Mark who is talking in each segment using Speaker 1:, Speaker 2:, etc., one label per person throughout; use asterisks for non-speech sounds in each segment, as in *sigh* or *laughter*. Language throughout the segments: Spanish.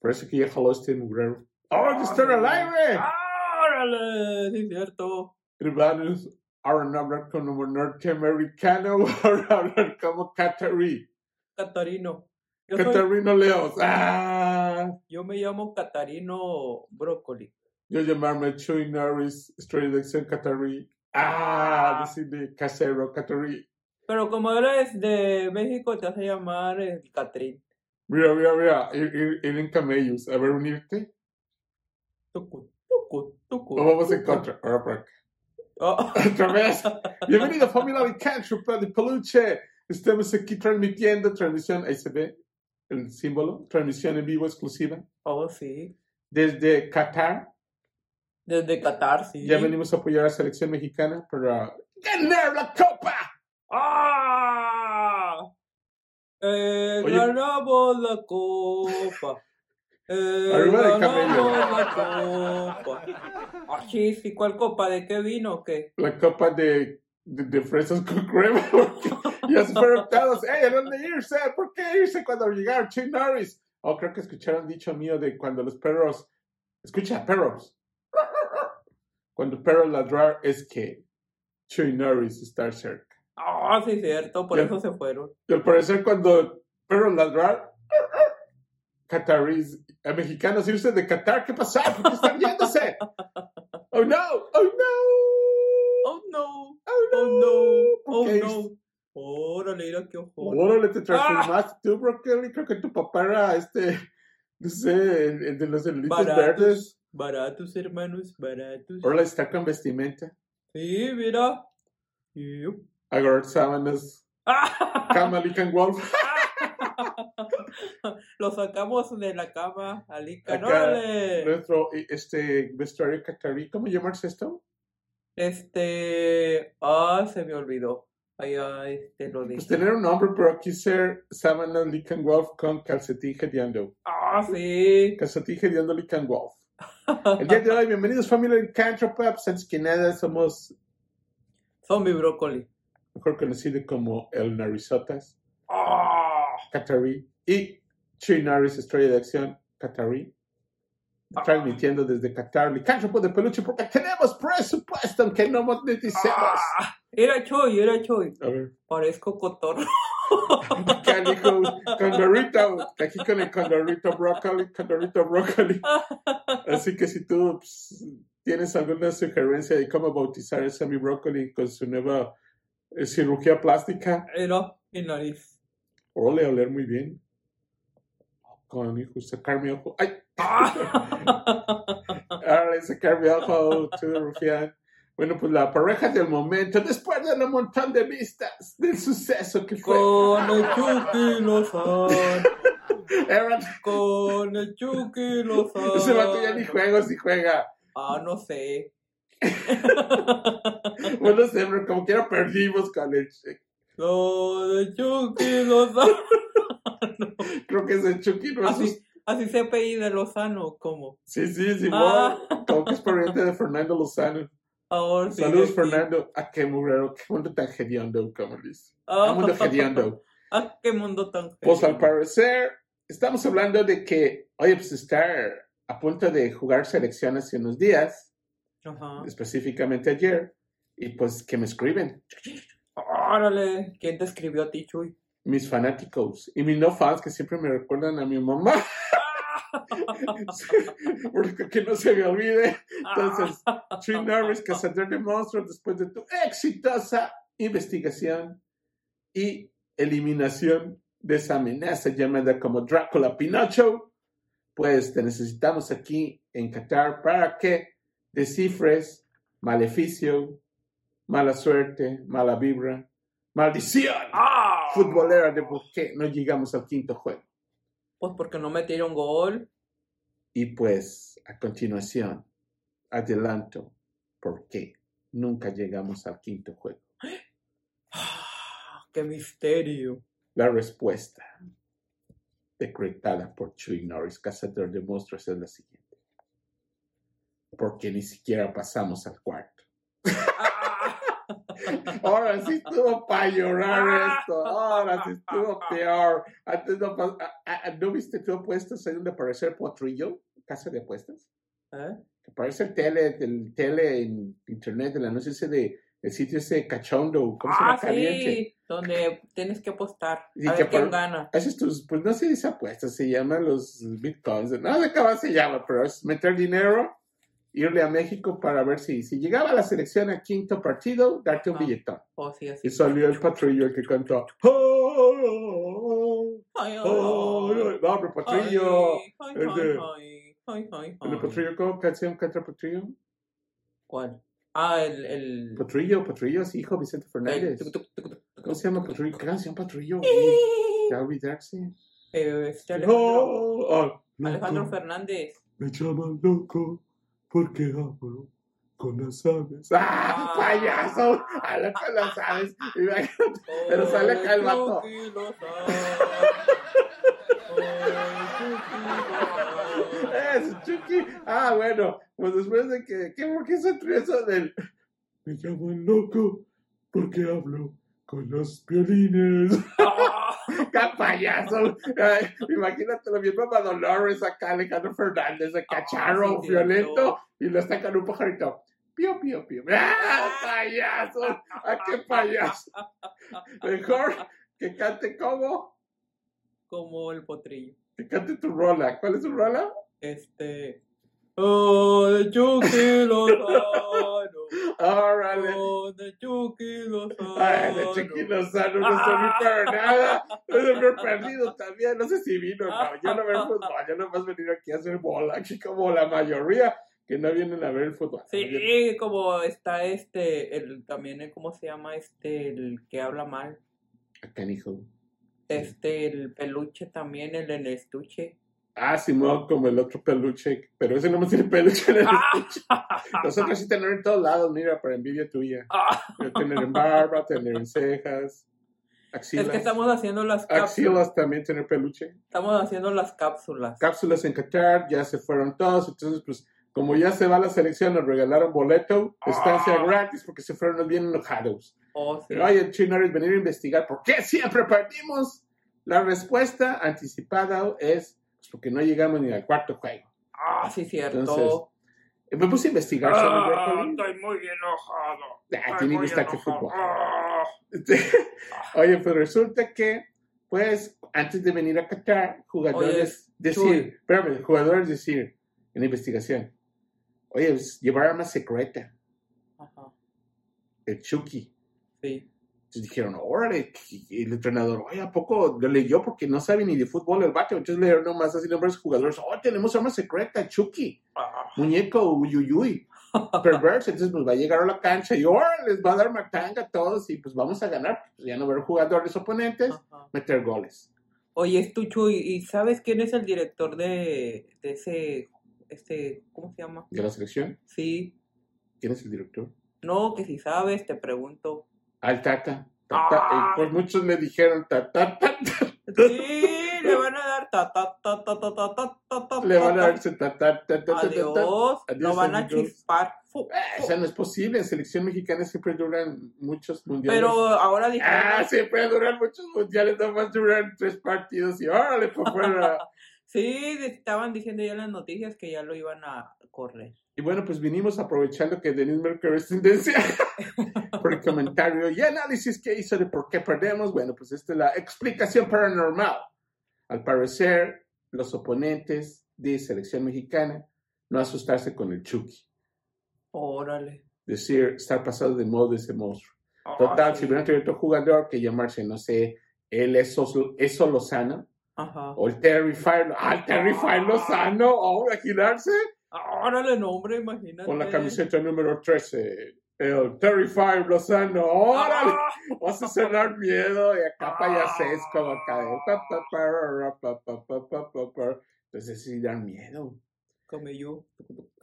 Speaker 1: Parece que ya jalaste en Guerrero. ¡Oh, que están al aire!
Speaker 2: ¡Órale! Sí, cierto.
Speaker 1: Hermanos, ahora no hablar como norteamericano, *laughs* ahora hablar como catarí.
Speaker 2: Catarino. Yo, soy-
Speaker 1: Catarino Leos. ¡Ah!
Speaker 2: yo me llamo Catarino Brócoli.
Speaker 1: Yo llamarme Chuy Norris, Straight Direction Catarí. ¡Ah! Decidí casero catarí.
Speaker 2: Pero como eres de México, te hace llamar el Catrín.
Speaker 1: Mira, mira, mira, ir, ir- ir en camellos. A ver, unirte.
Speaker 2: Tucu, tucu, tucu.
Speaker 1: Lo vamos en
Speaker 2: tucu.
Speaker 1: contra. Ahora por acá.
Speaker 2: Oh, *laughs*
Speaker 1: Otra vez. Bienvenido, familia de Canchupa de Peluche. Estamos aquí transmitiendo transmisión. Ahí se ve el símbolo. Transmisión en vivo exclusiva
Speaker 2: oh, sí.
Speaker 1: desde Qatar.
Speaker 2: Desde Qatar, sí.
Speaker 1: Ya venimos a apoyar a la selección mexicana para ganar la copa.
Speaker 2: ¡Ah! Eh,
Speaker 1: Oye.
Speaker 2: ganamos la copa. Eh,
Speaker 1: Arriba de
Speaker 2: ganamos la copa. Ah, sí, sí, ¿cuál copa? ¿De qué vino o qué?
Speaker 1: La copa de, de, de fresas con crema. *laughs* porque ya se fueron todos. ¡Ey, a dónde irse! ¿Por qué irse cuando llegaron Chuck Norris? Oh, creo que escucharon dicho mío de cuando los perros. Escucha, *laughs* perros. Cuando perros ladrar es que Chuck Norris está cerca.
Speaker 2: Ah, sí, cierto, por
Speaker 1: Ya.
Speaker 2: eso se fueron.
Speaker 1: Y al parecer cuando perros ladrar, catarís, eh, mexicanos irse de Qatar, ¿qué pasa? ¿Por qué están *laughs* yéndose? ¡Oh no! ¡Oh no!
Speaker 2: Oh no,
Speaker 1: ¡Oh no!
Speaker 2: oh no, oh
Speaker 1: ¿Por qué
Speaker 2: no. Órale, mira qué ojo.
Speaker 1: Órale, te transformaste tú, Broccoli. Creo que tu papá era este, no sé, el, el de los celulitos
Speaker 2: Baratos.
Speaker 1: verdes.
Speaker 2: Baratos, hermanos, baratos.
Speaker 1: Ahora está con vestimenta.
Speaker 2: Sí, mira. uh, Yup.
Speaker 1: Agarrar sábanas. Cama, Lican Wolf.
Speaker 2: *laughs* Lo sacamos de la cama, Alica.
Speaker 1: Acá,
Speaker 2: ¡Órale!
Speaker 1: Nuestro este, vestuario catarí. ¿Cómo llamarse esto?
Speaker 2: Este, ah, se me olvidó. Allá, este, lo
Speaker 1: Pues
Speaker 2: dije.
Speaker 1: tener un nombre, pero aquí ser sábanas Lican Wolf con calcetín gediando.
Speaker 2: Ah, sí.
Speaker 1: Calcetín gediando Lican Wolf. El
Speaker 2: *laughs*
Speaker 1: día de hoy, bienvenidos familia de Cantropaps. Antes que nada, somos
Speaker 2: Zombie brócoli.
Speaker 1: mejor conocidos como el Narizotas.
Speaker 2: Ah,
Speaker 1: Qatarí y Chuy Norris, estrella de acción Qatarí, transmitiendo desde Qatar, el campo de peluche, porque tenemos presupuesto, aunque no moneticemos.
Speaker 2: ah. Era Choy, era Choy.
Speaker 1: A ver,
Speaker 2: Parezco cotorro. *laughs*
Speaker 1: canijo, condorito, aquí con el condorito brócoli, condorito brócoli. Así que si tú pues, tienes alguna sugerencia de cómo bautizar ese mi brócoli con su nueva eh, cirugía plástica,
Speaker 2: Era
Speaker 1: *laughs*
Speaker 2: mi nariz.
Speaker 1: ole, oler muy bien. Con hijo, sacarme ojo. ¡Ay!
Speaker 2: Ah. *laughs*
Speaker 1: Ahora dice Carmen Ojo, Chuy Rufián. Bueno, pues la pareja del momento, después de un montón de vistas del suceso que fue.
Speaker 2: Con el Chucky Lozano.
Speaker 1: Eran-
Speaker 2: Con el Chucky
Speaker 1: ese vato ya ni
Speaker 2: Lozano.
Speaker 1: juegos ni juega.
Speaker 2: Ah, no sé. *laughs*
Speaker 1: Bueno, siempre, como quiera, perdimos con el.
Speaker 2: Con el Chucky Lozano.
Speaker 1: Creo que ese Chucky no es.
Speaker 2: Así, así se apellida Lozano, ¿cómo?
Speaker 1: Sí, sí, sí,
Speaker 2: Ah.
Speaker 1: Como que es pariente de Fernando Lozano.
Speaker 2: Ahora sí,
Speaker 1: Saludos,
Speaker 2: sí.
Speaker 1: Fernando. A qué mugrero, qué mundo tan hediondo, como dice.
Speaker 2: Ah, *laughs*
Speaker 1: Qué mundo hediondo.
Speaker 2: ah, qué mundo tan
Speaker 1: Pues al
Speaker 2: genial.
Speaker 1: parecer, estamos hablando de que, oye, pues estar a punto de jugar selección hace unos días,
Speaker 2: Ajá.
Speaker 1: específicamente ayer, y pues que me escriben
Speaker 2: Órale, ¿quién te escribió a ti, Chuy?
Speaker 1: mis fanáticos y mis no fans que siempre me recuerdan a mi mamá, *laughs* porque que no se me olvide. *laughs* Entonces, Tree Norris, cazador de monstruos, después de tu exitosa investigación y eliminación de esa amenaza llamada como Drácula Pinocho, pues te necesitamos aquí en Qatar para que descifres maleficio, mala suerte, mala vibra, maldición
Speaker 2: *laughs* ¡Ah!
Speaker 1: futbolera de por qué no llegamos al quinto juego.
Speaker 2: Pues porque no metieron gol.
Speaker 1: Y pues, a continuación, adelanto por qué nunca llegamos al quinto juego.
Speaker 2: Ah, ¡Qué misterio!
Speaker 1: La respuesta decretada por Chuy Norris, cazador de monstruos, es la siguiente. Porque ni siquiera pasamos al cuarto.
Speaker 2: Ah,
Speaker 1: Ahora sí estuvo para llorar esto. Ahora sí estuvo peor. Antes no, pas- a- a- a- ¿no viste tú apuestas ahí donde aparece el potrillo? Casa de apuestas.
Speaker 2: ¿Eh?
Speaker 1: Que Aparece el tele, el tele en internet, el anuncio ese de el sitio ese cachondo. ¿Cómo se
Speaker 2: Ah,
Speaker 1: llama? Caliente.
Speaker 2: sí, donde tienes que apostar.
Speaker 1: Y
Speaker 2: a
Speaker 1: que
Speaker 2: ver
Speaker 1: por-
Speaker 2: quién gana.
Speaker 1: Haces tus, pues no sé si es apuestas, se llaman los bitcoins. No sé cómo se llama, pero es meter dinero, irle a México para ver si, si llegaba la selección al quinto partido, darte un
Speaker 2: Ah.
Speaker 1: billetón.
Speaker 2: Oh, sí, así.
Speaker 1: Y salió el patrillo el que cantó. ¡Oh!
Speaker 2: Ay, ay,
Speaker 1: ¡Oh! No, pero el patrillo.
Speaker 2: Ay, ay,
Speaker 1: el
Speaker 2: ay,
Speaker 1: de-
Speaker 2: ay, ay, ay,
Speaker 1: ¿El
Speaker 2: ay.
Speaker 1: patrillo cómo canción canta patrillo?
Speaker 2: ¿Cuál? Ah, el. el...
Speaker 1: Patrillo, patrillo, sí, hijo Vicente
Speaker 2: el-
Speaker 1: Fernández.
Speaker 2: tuc, tuc, tuc, tuc, tuc.
Speaker 1: ¿Cómo se llama patrillo? ¿Qué canción
Speaker 2: *laughs*
Speaker 1: patrillo? güey?
Speaker 2: Eh,
Speaker 1: Ya olvidarse.
Speaker 2: este Alejandro,
Speaker 1: ¡Oh! Ah,
Speaker 2: Alejandro
Speaker 1: loco,
Speaker 2: Fernández.
Speaker 1: Me llaman loco porque hablo con las aves. ¡Ah!
Speaker 2: Ah.
Speaker 1: ¡Payaso! Habla con las aves. Imagínate. Pero sale acá el vato.
Speaker 2: Ay, tú sí lo
Speaker 1: *laughs*
Speaker 2: sabes.
Speaker 1: Es Chucky. Ah, bueno, pues después de que. ¿qué, ¿Por qué se atrevió eso del.? Me llaman loco porque hablo con los violines.
Speaker 2: Ah,
Speaker 1: ¡Qué payaso! Ay, imagínatelo bien, mamá Dolores acá, Alejandro Fernández, de cacharro,
Speaker 2: sí,
Speaker 1: violento, y lo sacan un pajarito. Pío, pío, pío. ¡Ah, payaso! ¡Ah, qué payaso! Mejor que cante como.
Speaker 2: Como el potrillo.
Speaker 1: Que cante tu rola. ¿Cuál es tu rola?
Speaker 2: Este. Ay, Chucky Lozano.
Speaker 1: ¡Órale!
Speaker 2: Ay, de Chucky
Speaker 1: *laughs*
Speaker 2: Lozano.
Speaker 1: Ay, de Chiqui Lozano no serví para nada. No haber perdido también. No sé si vino o no. Yo no veo fútbol. Yo nomás venido aquí a hacer bola. Aquí como la mayoría que no vienen a ver el fútbol.
Speaker 2: Sí, como está este, el, también el, ¿cómo se llama este, el que habla mal?
Speaker 1: Canijo.
Speaker 2: Este, el peluche también, el en el estuche.
Speaker 1: Ah, Simón, como el otro peluche. Pero ese nomás tiene peluche en el
Speaker 2: Ah.
Speaker 1: *laughs* estuche.
Speaker 2: *laughs*
Speaker 1: Nosotros sí tenemos en todos lados, mira, para envidia tuya.
Speaker 2: Ah.
Speaker 1: Yo tener en barba, tener en cejas,
Speaker 2: Es que
Speaker 1: axilas.
Speaker 2: estamos haciendo las cápsulas.
Speaker 1: Axilas también tener peluche.
Speaker 2: Estamos haciendo las cápsulas.
Speaker 1: cápsulas en Qatar, ya se fueron todos, entonces pues como ya se va la selección, nos regalaron boleto, estancia
Speaker 2: Ah.
Speaker 1: gratis, porque se fueron bien enojados.
Speaker 2: Oh, sí.
Speaker 1: Pero oye, Chino Arias, venir a investigar por qué siempre perdimos. La respuesta anticipada es pues, porque no llegamos ni al cuarto juego.
Speaker 2: Ah, sí, cierto.
Speaker 1: Entonces, Eh, Me puse a investigar sobre brócoli.
Speaker 2: Ah, muy enojado.
Speaker 1: Ah, tiene gusta que fútbol. *laughs* Oye, pues resulta que, pues, antes de venir a Qatar, jugadores decir,
Speaker 2: Chuy.
Speaker 1: espérame, jugadores decir, en la investigación, oye, pues, llevar arma secreta,
Speaker 2: Ajá,
Speaker 1: el Chucky.
Speaker 2: sí.
Speaker 1: Entonces dijeron, órale, pues, y el entrenador, oye, ¿a poco lo leyó? Porque no sabe ni de fútbol el vato. Entonces leyeron nomás así nombres de jugadores, oh, tenemos arma secreta, Chucky.
Speaker 2: Ah,
Speaker 1: muñeco
Speaker 2: *laughs*
Speaker 1: uyuyuy, perverso, entonces pues va a llegar a la cancha y ahora les va a dar matanga a todos y pues vamos a ganar, Pues, ya no ver jugadores oponentes,
Speaker 2: ajá.
Speaker 1: meter goles.
Speaker 2: Oye, Estucho, ¿y, y sabes quién es el director de, de ese, este, ¿cómo se llama?
Speaker 1: ¿De la selección?
Speaker 2: Sí,
Speaker 1: ¿Quién es el director?
Speaker 2: no, que si sabes,
Speaker 1: *laughs*
Speaker 2: te pregunto.
Speaker 1: Al Tata. Tata.
Speaker 2: Ah.
Speaker 1: Y, pues muchos le dijeron Tata, Tata,
Speaker 2: Sí, le van a dar ta ta ta ta ta ta ta ta ta.
Speaker 1: *laughs* le van a
Speaker 2: ta.
Speaker 1: darse Tata, Tata, Tata, Tata.
Speaker 2: Adiós,
Speaker 1: Adiós,
Speaker 2: lo van a
Speaker 1: amigos.
Speaker 2: chispar. Fu-
Speaker 1: Eh, O sea, no es posible, en selección mexicana siempre duran muchos mundiales.
Speaker 2: Pero ahora
Speaker 1: Ah, *laughs*
Speaker 2: dijeron,
Speaker 1: siempre duran muchos mundiales, nomás duran tres partidos y órale, por fuera.
Speaker 2: sí, estaban diciendo ya en las noticias que ya lo iban a correr.
Speaker 1: *laughs* Y bueno, pues vinimos aprovechando que Denis Mercury es *laughs* tendencia por el comentario y análisis que hizo de por qué perdemos. Bueno, pues esta es la explicación paranormal. Al parecer, los oponentes de selección mexicana no asustarse con el Chucky.
Speaker 2: Órale.
Speaker 1: Decir, estar pasado de modo ese monstruo.
Speaker 2: Ah,
Speaker 1: Total,
Speaker 2: sí.
Speaker 1: si hubiera tenido otro jugador que llamarse, no sé, el Eso, eso Lozano
Speaker 2: Ajá.
Speaker 1: o el Terrifier. ¡Ah, el Terrifier Lozano! ¡Oh, imaginarse!
Speaker 2: Órale, no, hombre, imagínate.
Speaker 1: con la camiseta número 13. El Terrify Lozano, órale,
Speaker 2: Ah,
Speaker 1: vas a cenar miedo y acá
Speaker 2: Ah.
Speaker 1: payasés como acá. de pa, pa, pa, pa, pa, pa, pa, pa, pa. Entonces sí dan miedo.
Speaker 2: Camellú.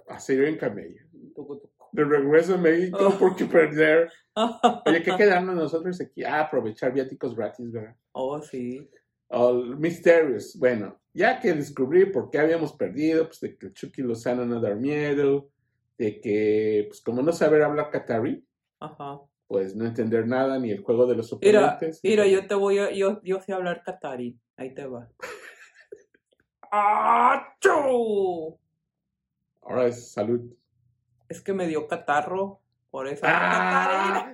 Speaker 1: Así en camello.
Speaker 2: Tucu, tucu.
Speaker 1: De regreso a México
Speaker 2: Ah.
Speaker 1: porque perder.
Speaker 2: *laughs*
Speaker 1: Oye, ¿qué quedarnos nosotros aquí? Ah, aprovechar viáticos gratis, ¿verdad?
Speaker 2: Oh, sí.
Speaker 1: All Mysterious. Bueno, ya que descubrí por qué habíamos perdido, pues de que el Chucky Lozano no dar miedo, de que, pues como no saber hablar catarí,
Speaker 2: Ajá.
Speaker 1: pues no entender nada ni el juego de los
Speaker 2: Mira,
Speaker 1: oponentes.
Speaker 2: mira, yo te voy a, yo, yo sé hablar catarí. Ahí te va.
Speaker 1: ¡Ah,
Speaker 2: ¡Achú!
Speaker 1: Ahora es salud.
Speaker 2: Es que me dio catarro, por eso. *laughs*
Speaker 1: ¡Ah!
Speaker 2: ¡Catarina!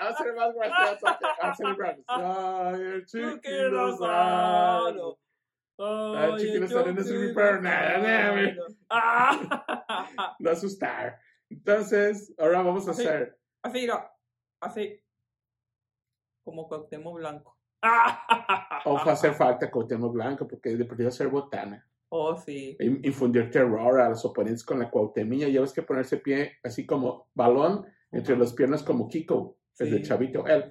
Speaker 1: Va a ser más gracioso que Axel Rose. Ay, el
Speaker 2: *laughs* ¡Tú que
Speaker 1: chiquillo
Speaker 2: lo
Speaker 1: sano.
Speaker 2: sano! Ay,
Speaker 1: Ah, chiquillo
Speaker 2: yo
Speaker 1: sano no es
Speaker 2: que
Speaker 1: un
Speaker 2: lo
Speaker 1: repairman,
Speaker 2: sano. Ah. *laughs*
Speaker 1: Lo asustar. Entonces, ahora vamos a
Speaker 2: Sí.
Speaker 1: hacer.
Speaker 2: Así, mira. Así. Como Cuauhtémoc Blanco. *laughs*
Speaker 1: O va a hacer falta Cuauhtémoc Blanco porque de perdido ser botana. *laughs*
Speaker 2: Oh, sí.
Speaker 1: In- Infundir terror a los oponentes con la cuauhtemilla. Ya ves que ponerse pie así como balón entre las piernas como Kiko, el de
Speaker 2: Sí.
Speaker 1: Chavito. Él.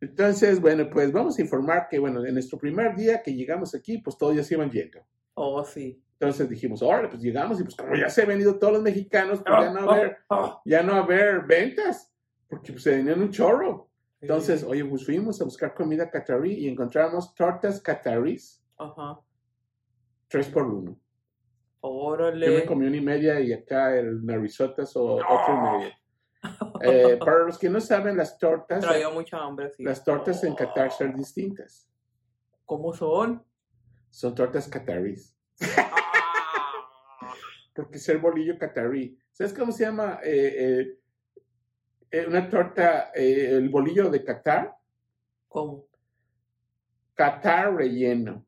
Speaker 1: Entonces, bueno, pues vamos a informar que, bueno, en nuestro primer día que llegamos aquí, pues todos ya se iban yendo.
Speaker 2: Oh, sí.
Speaker 1: Entonces dijimos, órale, pues llegamos y pues como ya se han venido todos los mexicanos, pues
Speaker 2: Ah,
Speaker 1: ya no
Speaker 2: Oh,
Speaker 1: va a haber, ya no va a haber ventas, porque pues, se venían un chorro. Entonces, oye, pues fuimos a buscar comida catarí y encontramos tortas catarís,
Speaker 2: Ajá.
Speaker 1: tres por uno. Yo me
Speaker 2: Órale.
Speaker 1: comí una y media y acá el narizotas o otro y
Speaker 2: Ah.
Speaker 1: medio. *laughs* Eh, para los que no saben, las tortas,
Speaker 2: Traía mucha hambre, sí.
Speaker 1: las tortas en Qatar son distintas.
Speaker 2: ¿Cómo son?
Speaker 1: Son tortas catarís.
Speaker 2: Ah.
Speaker 1: porque ser bolillo catarí. ¿Sabes cómo se llama eh, eh, eh, una torta, eh, el bolillo de Qatar?
Speaker 2: ¿Cómo?
Speaker 1: Qatar relleno.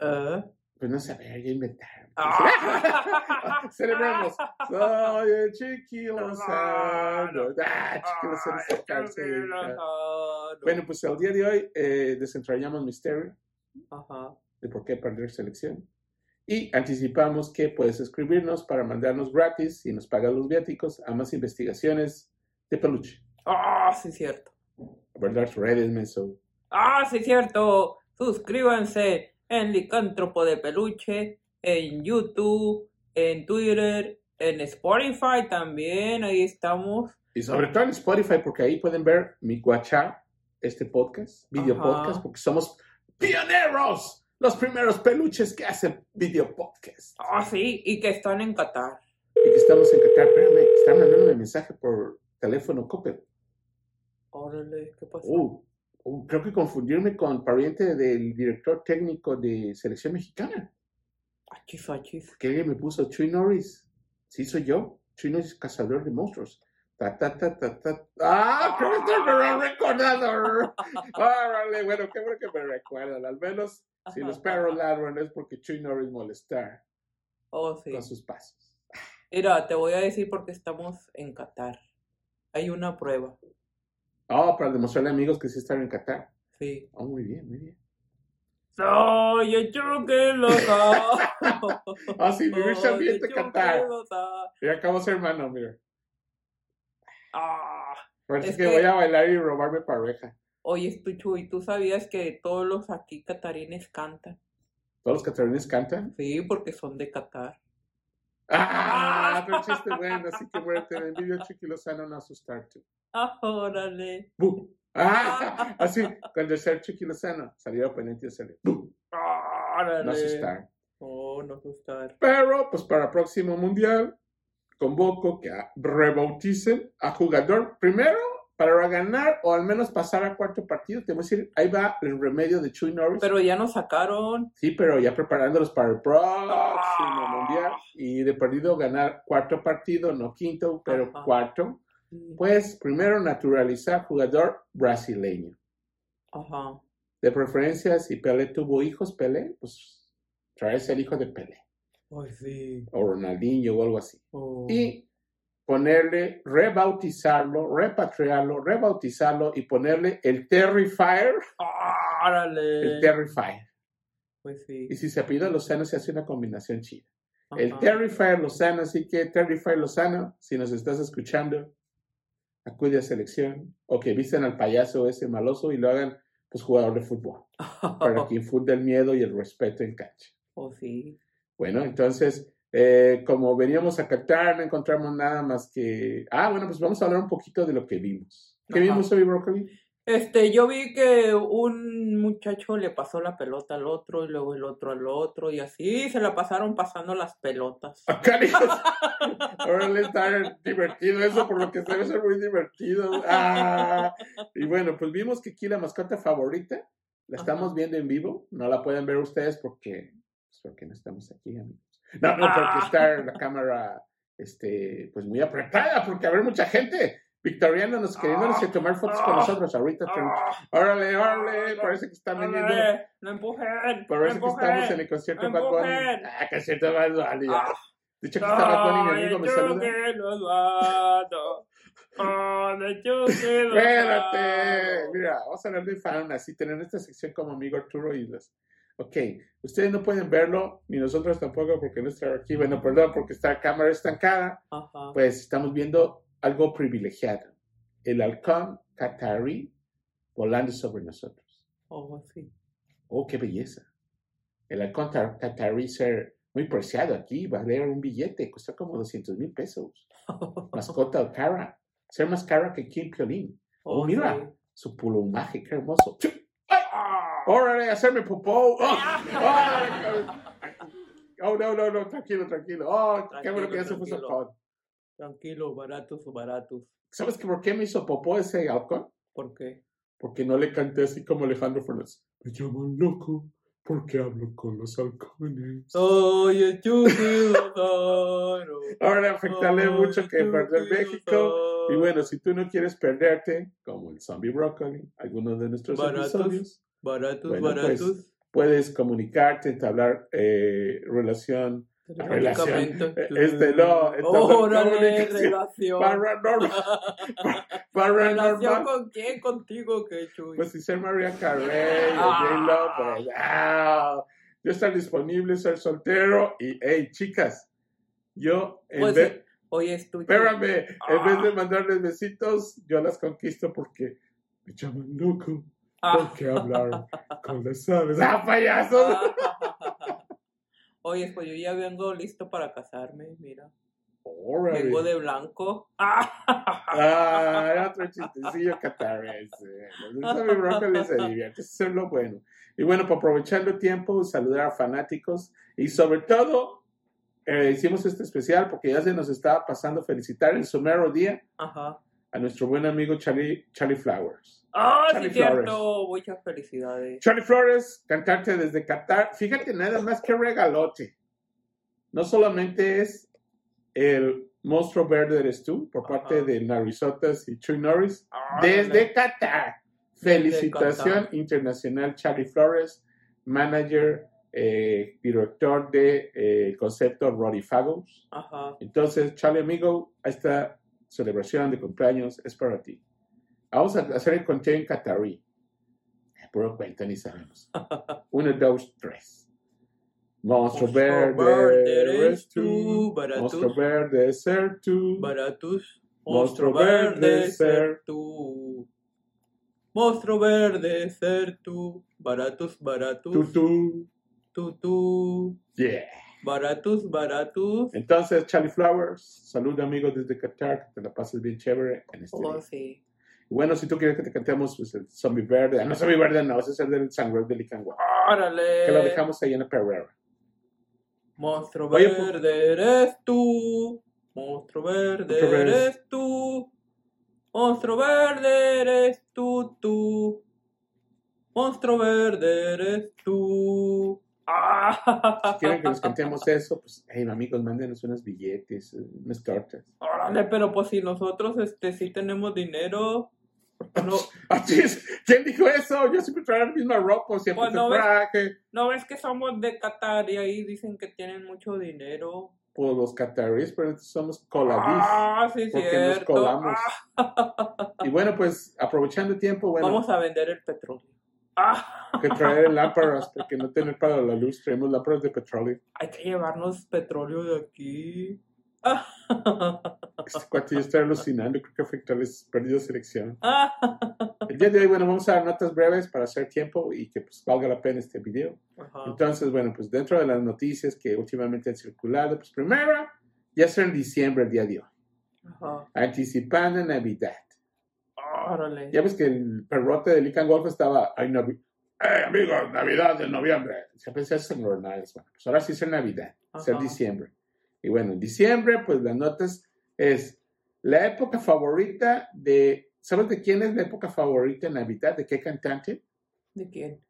Speaker 2: ¿Eh?
Speaker 1: Pues no saber, ya *laughs* inventaron.
Speaker 2: Ah.
Speaker 1: Celebremos. Soy el chiquilo sano. Ah, chiquilo sano
Speaker 2: Ay,
Speaker 1: *laughs* es acá, sí.
Speaker 2: chiquilo sano.
Speaker 1: Bueno, pues el día de hoy eh, desentrañamos misterio
Speaker 2: Ajá.
Speaker 1: de por qué perder selección. Y anticipamos que puedes escribirnos para mandarnos gratis y nos pagas los viáticos a más investigaciones de peluche.
Speaker 2: Ah, sí, cierto.
Speaker 1: ¿Verdad? Redes, menso.
Speaker 2: Ah, sí, cierto. Suscríbanse en Licántropo de Peluche, en YouTube, en Twitter, en Spotify también. Ahí estamos.
Speaker 1: Y sobre todo en Spotify, porque ahí pueden ver mi guachá, este podcast, video
Speaker 2: Ajá.
Speaker 1: podcast, porque somos pioneros, los primeros peluches que hacen video podcast.
Speaker 2: Ah, sí, y que están en Qatar.
Speaker 1: Y que estamos en Qatar. Espérame, están mandando un mensaje por teléfono, Coppel.
Speaker 2: Órale, ¿qué pasó?
Speaker 1: Uh, uh, creo que confundirme con pariente del director técnico de Selección Mexicana,
Speaker 2: Achis, achis.
Speaker 1: que alguien me puso Chuy Norris. Sí, soy yo. Chuy Norris, cazador de monstruos. Ta, ta, ta, ta, ta. ¡Ah! Creo que me lo ha recordado. Órale, bueno, qué bueno que me recuerdan. Al menos, si los perros ladran es porque Chuy Norris molestar
Speaker 2: Oh, sí.
Speaker 1: con sus pasos.
Speaker 2: Mira, te voy a decir por qué estamos en Qatar. Hay una prueba.
Speaker 1: Oh, para demostrarle a amigos que sí están en Qatar.
Speaker 2: Sí.
Speaker 1: Oh, muy bien, muy bien.
Speaker 2: Soy el Chucky *laughs* Lozano.
Speaker 1: Ah, sí, vivir
Speaker 2: Soy
Speaker 1: también
Speaker 2: el
Speaker 1: de
Speaker 2: Chucky
Speaker 1: Qatar.
Speaker 2: Lozano.
Speaker 1: Y acabo de ser hermano, mira.
Speaker 2: Ah.
Speaker 1: Parece
Speaker 2: Es
Speaker 1: que,
Speaker 2: que-
Speaker 1: voy a bailar y robarme pareja.
Speaker 2: Oye, tú, Chuy, ¿tú sabías que todos los aquí catarines cantan?
Speaker 1: ¿Todos los catarines cantan?
Speaker 2: Sí, porque son de Qatar.
Speaker 1: ¡Ah! Otro chiste bueno, así que muérete de envidia, Chiqui Lozano, no asustarte.
Speaker 2: Ah, órale.
Speaker 1: ¡Bu! ¡Ah!
Speaker 2: *laughs*
Speaker 1: Así, cuando el ser Chiqui Lozano salió oponente, salió. ¡Bu!
Speaker 2: Ah, Órale.
Speaker 1: No asustar.
Speaker 2: Oh, no asustar.
Speaker 1: Pero, pues para próximo mundial, convoco que a- rebauticen a jugador primero para ganar o al menos pasar a cuarto partido. Te voy a decir, ahí va el remedio de Chuy Norris.
Speaker 2: Pero ya nos sacaron.
Speaker 1: Sí, pero ya preparándolos para el próximo
Speaker 2: Ah.
Speaker 1: mundial y de perdido ganar cuarto partido, no quinto, pero
Speaker 2: Ajá.
Speaker 1: cuarto. Pues primero naturalizar jugador brasileño.
Speaker 2: Ajá.
Speaker 1: De preferencia, si Pelé tuvo hijos, Pelé, pues traerse el hijo de Pelé
Speaker 2: Ay, sí.
Speaker 1: o Ronaldinho o algo así.
Speaker 2: Oh.
Speaker 1: Y ponerle, rebautizarlo, repatriarlo, rebautizarlo y ponerle el Terrifier,
Speaker 2: Ah,
Speaker 1: el
Speaker 2: órale.
Speaker 1: Terrifier.
Speaker 2: Pues sí.
Speaker 1: Y si se apellida Lozano, se hace una combinación chida. El
Speaker 2: Ajá.
Speaker 1: Terrifier Lozano, así que Terrifier Lozano, si nos estás escuchando, acude a selección o que visten al payaso ese maloso y lo hagan pues jugador de fútbol,
Speaker 2: *laughs*
Speaker 1: para que infunde el miedo y el respeto en cancha.
Speaker 2: Oh, sí.
Speaker 1: Bueno, entonces, eh, como veníamos a Qatar, no encontramos nada más que... Ah, bueno, pues vamos a hablar un poquito de lo que vimos. ¿Qué
Speaker 2: Ajá.
Speaker 1: vimos hoy, Broccoli?
Speaker 2: Este, yo vi que un muchacho le pasó la pelota al otro y luego el otro al otro y así se la pasaron pasando las pelotas.
Speaker 1: *laughs* Ah, caricos. Órale, está divertido eso, por lo que debe ser muy divertido. Ah. Y bueno, pues vimos que aquí la mascota favorita la estamos viendo en vivo. No la pueden ver ustedes porque, pues, porque no estamos aquí, amigos. No, no,
Speaker 2: Ah.
Speaker 1: porque está la cámara este, pues muy apretada, porque habrá mucha gente. Victoriana nos queriéndonos
Speaker 2: Ah.
Speaker 1: y tomar fotos con nosotros ahorita. pero- Órale, órale, parece que están vendiendo.
Speaker 2: Ah, Órale, ¡No empujen! ¡No
Speaker 1: Parece que estamos en
Speaker 2: empujen!
Speaker 1: el concierto de
Speaker 2: ¡Me
Speaker 1: Bad Bunny.
Speaker 2: empujen!
Speaker 1: Ah, concierto de Bad Bunny.
Speaker 2: Ah.
Speaker 1: De hecho, aquí está Bad Bunny, mi
Speaker 2: Ay,
Speaker 1: amigo, me
Speaker 2: yo
Speaker 1: saluda.
Speaker 2: que los amo. Ay, yo que los
Speaker 1: *laughs* Espérate,
Speaker 2: amo.
Speaker 1: mira, vamos a hablar de fan, así tener esta sección como amigo Arturo y los. Ok, ustedes no pueden verlo, ni nosotros tampoco, porque no está aquí. Bueno, perdón, porque esta cámara estancada.
Speaker 2: Ajá.
Speaker 1: Pues estamos viendo algo privilegiado. El halcón Qatari volando sobre nosotros.
Speaker 2: Oh, sí.
Speaker 1: Oh, qué belleza. El halcón ta- Qatari ser muy preciado aquí, valía un billete, costó como 200 mil pesos. Mascota cara, ser más cara que Kim Piolín. Oh, mira. Su plumaje, qué hermoso. ¡Chu! ¡Ay! ¡Órale, hacerme popó! ¡Oh! Ah. ¡Ay! Oh, no, no, no, tranquilo, tranquilo. Oh, qué bueno que ya se
Speaker 2: Tranquilo,
Speaker 1: puso
Speaker 2: tranquilo.
Speaker 1: halcón.
Speaker 2: Tranquilo, baratos, baratos.
Speaker 1: ¿Sabes que por qué me hizo popó ese halcón?
Speaker 2: ¿Por qué?
Speaker 1: Porque no le canté así como Alejandro Fernández. Me llaman loco porque hablo con los halcones.
Speaker 2: Soy el Chucky Lozano.
Speaker 1: Ahora afectarle
Speaker 2: Soy
Speaker 1: mucho
Speaker 2: el
Speaker 1: que perder
Speaker 2: Chucky
Speaker 1: México. Y
Speaker 2: Lozano.
Speaker 1: bueno, si tú no quieres perderte, como el zombie broccoli, algunos de nuestros
Speaker 2: Baratos.
Speaker 1: episodios,
Speaker 2: Baratos,
Speaker 1: Bueno,
Speaker 2: baratos.
Speaker 1: puedes comunicarte, entablar eh, relación relación.
Speaker 2: Prácticamente.
Speaker 1: Este, no, entonces,
Speaker 2: Órale,
Speaker 1: comunicación.
Speaker 2: relación. *laughs*
Speaker 1: paranormal.
Speaker 2: ¿Relación
Speaker 1: paranormal.
Speaker 2: con quién? Contigo, que Chuy.
Speaker 1: Pues si ser María Carey o
Speaker 2: Ah.
Speaker 1: J-Lo, pues, ah, yo estar disponible, ser soltero y, hey, chicas, yo, en
Speaker 2: Pues,
Speaker 1: vez-
Speaker 2: Oye, es tuyo.
Speaker 1: Espérame, en
Speaker 2: Ah.
Speaker 1: vez de mandarles besitos, yo las conquisto porque me llaman loco.
Speaker 2: Ah.
Speaker 1: Porque hablar con las aves. ¡Ah, payaso!
Speaker 2: Oye, pues yo ya vengo listo para casarme, mira.
Speaker 1: Órale.
Speaker 2: Vengo de blanco. Ah, *laughs*
Speaker 1: Ah, era otro chistecillo catarrese. mi brócoli se divierte, eso es lo bueno. Y bueno, para aprovechar el tiempo, saludar a fanáticos y sobre todo, eh, hicimos este especial porque ya se nos estaba pasando felicitar el somero día
Speaker 2: Ajá.
Speaker 1: a nuestro buen amigo Charlie, Charlie Flowers.
Speaker 2: Ah, sí,
Speaker 1: Charlie
Speaker 2: cierto. Muchas felicidades.
Speaker 1: Charlie Flores, cantante desde Qatar. Fíjate nada más que regalote. No solamente es el monstruo verde eres tú por
Speaker 2: Ajá.
Speaker 1: parte de Narizotas y Chuy Norris
Speaker 2: Ah,
Speaker 1: desde Qatar. Felicitación
Speaker 2: Qatar.
Speaker 1: internacional Charlie Flores, manager, eh, director de eh, concepto Roddy Fagos.
Speaker 2: Ajá.
Speaker 1: Entonces, Charlie amigo, esta celebración de cumpleaños es para ti. Vamos a hacer el conteo en catarí. Puro cuenta ni *laughs* sabemos. Uno, dos, tres. Monstruo verde, eres tú.
Speaker 2: baratus,
Speaker 1: Monstruo verde, ser tú.
Speaker 2: baratus.
Speaker 1: Monstruo
Speaker 2: Monstruo
Speaker 1: verde,
Speaker 2: verde,
Speaker 1: ser
Speaker 2: ser tú. Monstruo verde, ser tú. Baratus,
Speaker 1: Tú,
Speaker 2: baratus,
Speaker 1: tú.
Speaker 2: tú, tú.
Speaker 1: Yeah.
Speaker 2: Baratus, baratus.
Speaker 1: Entonces, Charlie Flowers, salud amigo desde Qatar, que te la pases bien chévere en este
Speaker 2: Oh,
Speaker 1: día.
Speaker 2: sí.
Speaker 1: Bueno, si tú quieres que te cantemos, pues el zombie verde. Ah, no, zombie verde no, ese es el del sangre del Icangua.
Speaker 2: Eh. Órale.
Speaker 1: Que lo dejamos ahí en la perrera.
Speaker 2: Monstruo
Speaker 1: Oye, pues, pu-
Speaker 2: verde eres tú. Monstruo verde
Speaker 1: Monstruo verde.
Speaker 2: eres tú. Monstruo verde eres tú, tú. Monstruo verde eres tú.
Speaker 1: Si quieren que nos cantemos eso, pues, hey, amigos, mándenos unos billetes, eh, unas tortas.
Speaker 2: *laughs*
Speaker 1: *laughs*
Speaker 2: Órale, pero pues si nosotros este sí tenemos dinero, ¿por qué no,
Speaker 1: Así es. ¿Quién dijo eso? Yo siempre traigo la misma ropa, siempre
Speaker 2: Pues,
Speaker 1: te
Speaker 2: ¿no ves?
Speaker 1: traje.
Speaker 2: no ves que somos de Qatar y ahí dicen que tienen mucho dinero.
Speaker 1: Pues los cataríes, pero estos somos colabís,
Speaker 2: Ah, sí,
Speaker 1: porque nos
Speaker 2: cierto.
Speaker 1: colamos.
Speaker 2: Ah,
Speaker 1: Y bueno, pues, aprovechando el tiempo, bueno,
Speaker 2: Vamos a vender el petróleo. Ah.
Speaker 1: que traer lámparas, porque no tener para la luz, traemos lámparas de petróleo.
Speaker 2: Hay que llevarnos petróleo de aquí. *laughs*
Speaker 1: Este cuate ya está alucinando, creo que afectó a las pérdidas de elección. El día de hoy, bueno, vamos a dar notas breves para hacer tiempo y que pues valga la pena este video.
Speaker 2: Ajá.
Speaker 1: Entonces, bueno, pues dentro de las noticias que últimamente han circulado, pues primero, ya será en diciembre el día de hoy,
Speaker 2: Ajá.
Speaker 1: anticipando Navidad.
Speaker 2: Órale.
Speaker 1: Ya ves que el perrote de Lican Golf estaba, ay, no, ¡Eh, amigos, Navidad de noviembre! Siempre se hace en los Niles, bueno, pues ahora sí es en Navidad, es en
Speaker 2: Ajá.
Speaker 1: diciembre. Y bueno, en diciembre, pues las notas es la época favorita de, ¿sabes de quién es la época favorita en Navidad? ¿De qué cantante?
Speaker 2: ¿De quién?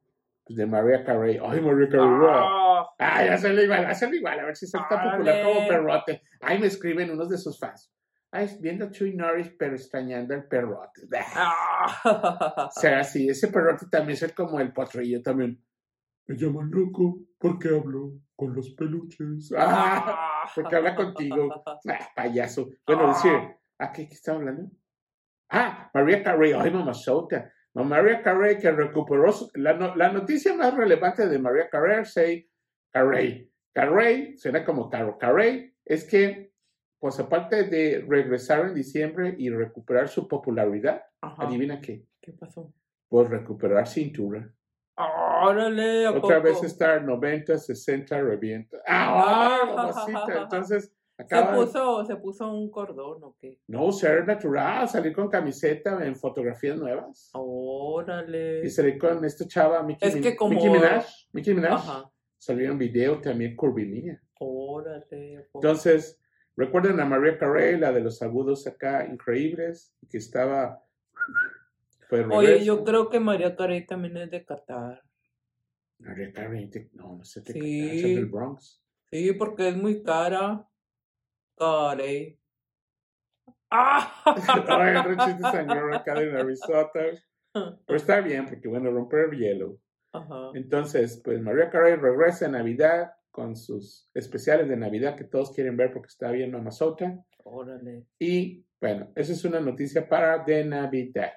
Speaker 1: Pues de María Carey. ¡Ay, María Carey! wow!
Speaker 2: Ah,
Speaker 1: ¡Ay, hazlo igual, hazlo igual! A ver si está popular
Speaker 2: Dale.
Speaker 1: como perrote. ¡Ay, me escriben unos de sus fans! ¡Ay, viendo a Chuy Norris, pero extrañando al perrote!
Speaker 2: ah.
Speaker 1: O sea, sí, ese perrote también es como el potrillo también. Me llaman loco porque hablo con los peluches. ¡Ah! Porque habla contigo. Ah, payaso. Bueno, decir,
Speaker 2: Ah.
Speaker 1: ¿a qué, qué estaba hablando? Ah, María Carey. Ay, mamazota. No, María Carey que recuperó su- la, no- la noticia más relevante de María Carey, say, Carey. Carey, suena como Caro Carey, es que, pues aparte de regresar en diciembre y recuperar su popularidad,
Speaker 2: Ajá.
Speaker 1: adivina qué,
Speaker 2: ¿Qué pasó?
Speaker 1: pues recuperar cintura.
Speaker 2: Órale, ¿a
Speaker 1: Otra
Speaker 2: poco?
Speaker 1: vez estar 90, 60, revienta. ¡Ah!
Speaker 2: Ah.
Speaker 1: mamacita! Entonces,
Speaker 2: ¿Se
Speaker 1: acaba.
Speaker 2: puso, ¿Se puso un cordón o qué?
Speaker 1: No, ser natural, salir con camiseta en fotografías nuevas.
Speaker 2: Órale.
Speaker 1: Y salir con esta chava, Mickey,
Speaker 2: Es
Speaker 1: Min-
Speaker 2: que como-
Speaker 1: Mickey Minaj. Mickey Minaj.
Speaker 2: Ajá.
Speaker 1: Salió en video también curvilínea.
Speaker 2: Órale. ¿a poco?
Speaker 1: Entonces, recuerden a María Carey, la de los agudos acá increíbles, que estaba. pues, Fue al
Speaker 2: Oye,
Speaker 1: revés.
Speaker 2: yo creo que María Carey también es de Qatar.
Speaker 1: María Carey, te- no, no sé qué.
Speaker 2: Sí.
Speaker 1: canción del Bronx. *laughs*
Speaker 2: Sí, porque es muy cara. Carey. ¡Ah!
Speaker 1: *laughs* Ay, otro chiste sangrón acá de
Speaker 2: *laughs*
Speaker 1: Narizota. Pero está bien, porque bueno, romper el hielo.
Speaker 2: Ajá.
Speaker 1: Entonces, pues María Carey regresa en Navidad con sus especiales de Navidad que todos quieren ver porque está bien mamazota.
Speaker 2: Órale.
Speaker 1: Y bueno, esa es una noticia para de Navidad.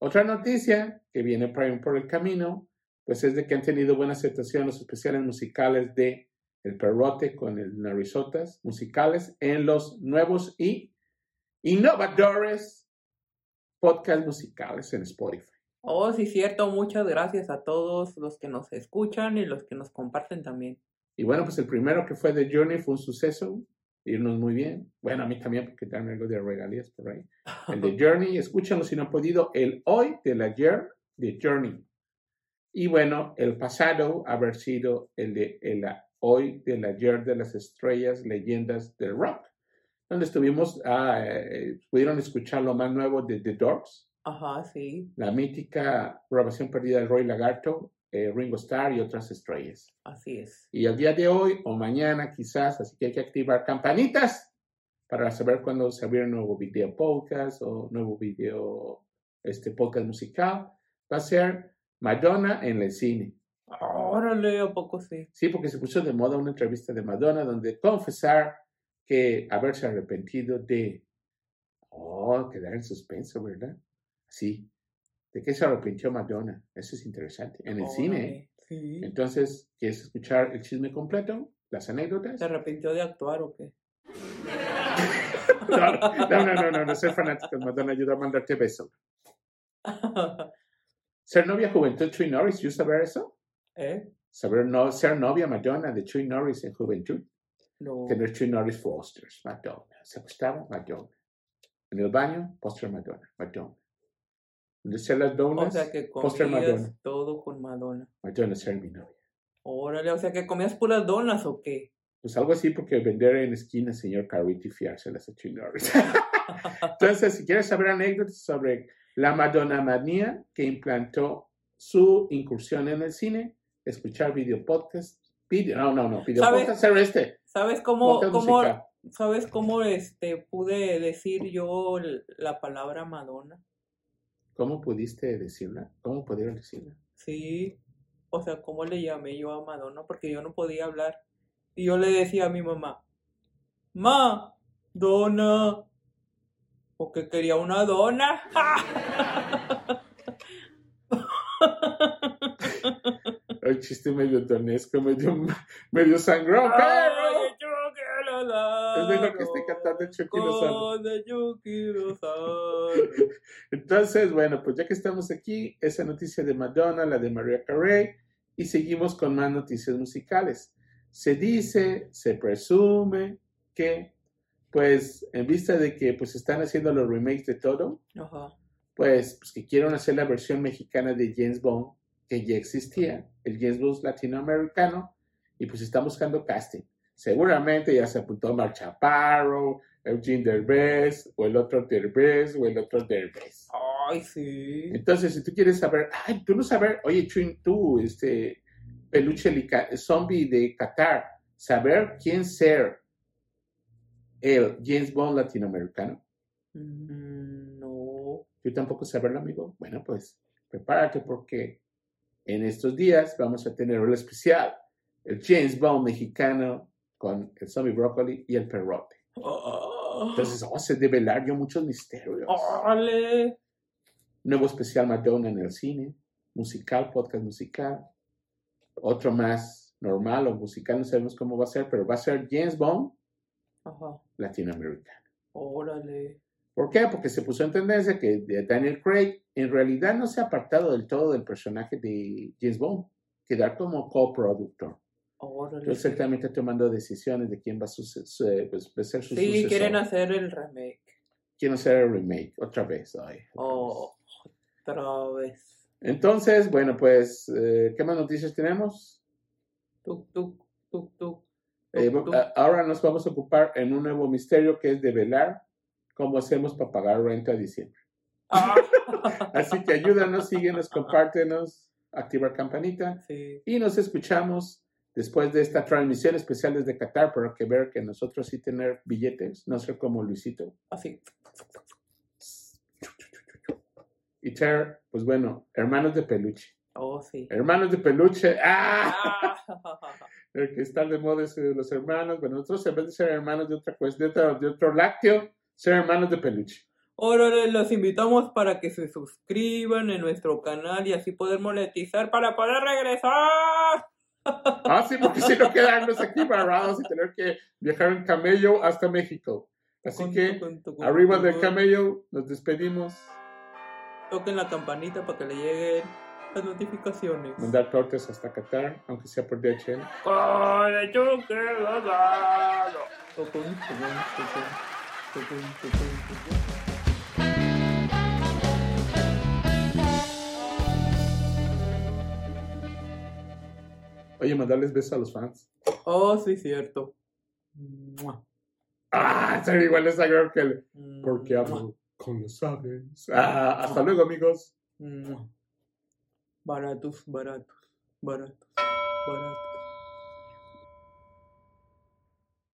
Speaker 1: Otra noticia que viene por, ahí por el camino, pues es de que han tenido buena aceptación los especiales musicales de El Perrote con el Narizotas musicales en los nuevos y innovadores podcast musicales en Spotify.
Speaker 2: Oh, sí, cierto. Muchas gracias a todos los que nos escuchan y los que nos comparten también.
Speaker 1: Y bueno, pues el primero que fue de Journey fue un suceso, irnos muy bien. Bueno, a mí también, porque también algo de regalías por ahí. El de Journey, escúchenlo si no han podido, el hoy del ayer de Journey. Y bueno, el pasado haber sido el de el a- hoy del ayer de las estrellas, leyendas del rock, donde estuvimos, ah, eh, pudieron escuchar lo más nuevo de The Doors,
Speaker 2: Ajá, sí.
Speaker 1: la mítica grabación perdida de Roy Lagarto, eh, Ringo Starr y otras estrellas.
Speaker 2: Así es.
Speaker 1: Y al día de hoy o mañana quizás, así que hay que activar campanitas para saber cuándo se abre un nuevo video podcast o nuevo video este podcast musical. Va a ser Madonna en el cine.
Speaker 2: Órale, ¿a poco sí?
Speaker 1: Sí, porque se puso de moda una entrevista de Madonna donde confesar que haberse arrepentido de... Oh, quedar en suspenso, ¿verdad? Sí. ¿De qué se arrepintió Madonna? Eso es interesante. En el cine. ¿eh?
Speaker 2: Órale, Sí.
Speaker 1: Entonces, ¿quieres escuchar el chisme completo? Las anécdotas.
Speaker 2: ¿Se arrepintió de actuar o qué? *laughs*
Speaker 1: No, no, no, no, no, no ser fanático. Madonna ayuda a mandarte beso. Ser novia Juventud Chuy Norris, ¿yo saber eso?
Speaker 2: ¿Eh?
Speaker 1: Saber no, ser novia Madonna de Chuy Norris en Juventud.
Speaker 2: No.
Speaker 1: Tener Chuy Norris Fosters, Madonna. Se acostaba Madonna. En el baño, póster Madonna, Madonna. Donde ser las donas,
Speaker 2: O sea que
Speaker 1: póster Madonna.
Speaker 2: comías todo con Madonna.
Speaker 1: Madonna ser mi novia.
Speaker 2: Órale, o sea que comías puras donas o qué?
Speaker 1: Pues algo así, porque vender en esquina, señor Carrito, y fiárselas a Chuy Norris. *laughs* Entonces, si quieres saber anécdotas sobre la Madonna Manía que implantó su incursión en el cine, escuchar video podcast, video, no, no, no, video
Speaker 2: ¿Sabe?
Speaker 1: podcast, era este,
Speaker 2: ¿Sabes cómo,
Speaker 1: podcast
Speaker 2: cómo,
Speaker 1: musical.
Speaker 2: sabes cómo este pude decir yo l- la palabra Madonna?
Speaker 1: ¿Cómo pudiste decirla? ¿Cómo pudieron decirla?
Speaker 2: Sí. O sea, ¿cómo le llamé yo a Madonna? Porque yo no podía hablar. Y yo le decía a mi mamá, Ma, dona. Porque quería
Speaker 1: *laughs*
Speaker 2: una dona.
Speaker 1: El chiste medio tonesco, medio, *laughs* medio
Speaker 2: *laughs*
Speaker 1: sangrón, pero es de lo que estoy cantando el Chucky Lozano.
Speaker 2: Con el Yuki Lozano.
Speaker 1: Entonces, bueno, pues ya que estamos aquí, esa noticia de Madonna, la de María Carey, y seguimos con más noticias musicales. Se dice, se presume que, pues, en vista de que pues están haciendo los remakes de todo,
Speaker 2: Ajá.
Speaker 1: pues, pues, que quieren hacer la versión mexicana de James Bond que ya existía, el James Bond latinoamericano, y pues están buscando casting. Seguramente ya se apuntó Mar Chaparro, Eugene Derbez, o el otro Derbez, o el otro Derbez. *laughs*
Speaker 2: Ay, sí.
Speaker 1: Entonces, si tú quieres saber, ay, tú no saber, oye, Chuin, tú, este, peluche lica- zombie de Qatar, saber quién ser el James Bond latinoamericano.
Speaker 2: Mm, No.
Speaker 1: Yo tampoco saberlo, amigo. Bueno, pues prepárate porque en estos días vamos a tener el especial, el James Bond mexicano con el zombie brócoli y el perrote.
Speaker 2: Ah.
Speaker 1: Entonces oh, vamos a develar yo muchos misterios.
Speaker 2: Oh, Órale.
Speaker 1: Nuevo especial Madonna en el cine, musical, podcast musical. Otro más normal o musical, no sabemos cómo va a ser, pero va a ser James Bond
Speaker 2: Ajá.
Speaker 1: latinoamericano.
Speaker 2: Órale.
Speaker 1: ¿Por qué? Porque se puso en tendencia que de Daniel Craig en realidad no se ha apartado del todo del personaje de James Bond, quedar como coproductor.
Speaker 2: Órale.
Speaker 1: Entonces él también está tomando decisiones de quién va a, suce- su- eh, pues, va a ser su
Speaker 2: Sí,
Speaker 1: sucesor.
Speaker 2: quieren hacer el remake.
Speaker 1: Quieren hacer el remake otra vez. ay, otra vez.
Speaker 2: Oh, otra vez.
Speaker 1: Entonces, bueno, pues, eh, ¿qué más noticias tenemos?
Speaker 2: Tuk, tuk, tuk, tuk.
Speaker 1: Eh,
Speaker 2: tuk, tuk.
Speaker 1: a- ahora nos vamos a ocupar en un nuevo misterio que es develar cómo hacemos para pagar renta a diciembre.
Speaker 2: Ah. *laughs*
Speaker 1: Así que ayúdanos, síguenos, compártenos, activar campanita
Speaker 2: Sí.
Speaker 1: y nos escuchamos después de esta transmisión especial desde Qatar para que ver que nosotros sí tener billetes, no ser como Luisito.
Speaker 2: Así.
Speaker 1: Y Ter, pues bueno, hermanos de peluche.
Speaker 2: Oh, sí.
Speaker 1: Hermanos de peluche. ¡Ah!
Speaker 2: Ah. *laughs*
Speaker 1: el que está de moda es de los hermanos. Bueno, nosotros en vez de ser hermanos de otra cuestión, de otro, de otro lácteo, ser hermanos de peluche.
Speaker 2: Órale, los invitamos para que se suscriban en nuestro canal y así poder monetizar para poder regresar.
Speaker 1: Ah, sí, porque si no quedarnos aquí barrados y tener que viajar en camello hasta México. Así
Speaker 2: Con tu,
Speaker 1: que,
Speaker 2: con tu, con
Speaker 1: arriba
Speaker 2: tu,
Speaker 1: del
Speaker 2: con-
Speaker 1: camello, nos despedimos.
Speaker 2: Toquen la campanita para que le lleguen las notificaciones.
Speaker 1: Mandar tortas hasta Qatar, aunque sea por DHL.
Speaker 2: Con tu quedado. Tucun, tucun, tucun, tucun, tucun, tucun.
Speaker 1: Oye, mandarles besos a los fans.
Speaker 2: Oh, sí, cierto. Mua.
Speaker 1: Ah, ser igual esa girl que el,
Speaker 2: Mm,
Speaker 1: porque
Speaker 2: mua,
Speaker 1: hablo con los aves. Ah, hasta luego, amigos.
Speaker 2: mua. Baratos, baratos, baratos, baratos.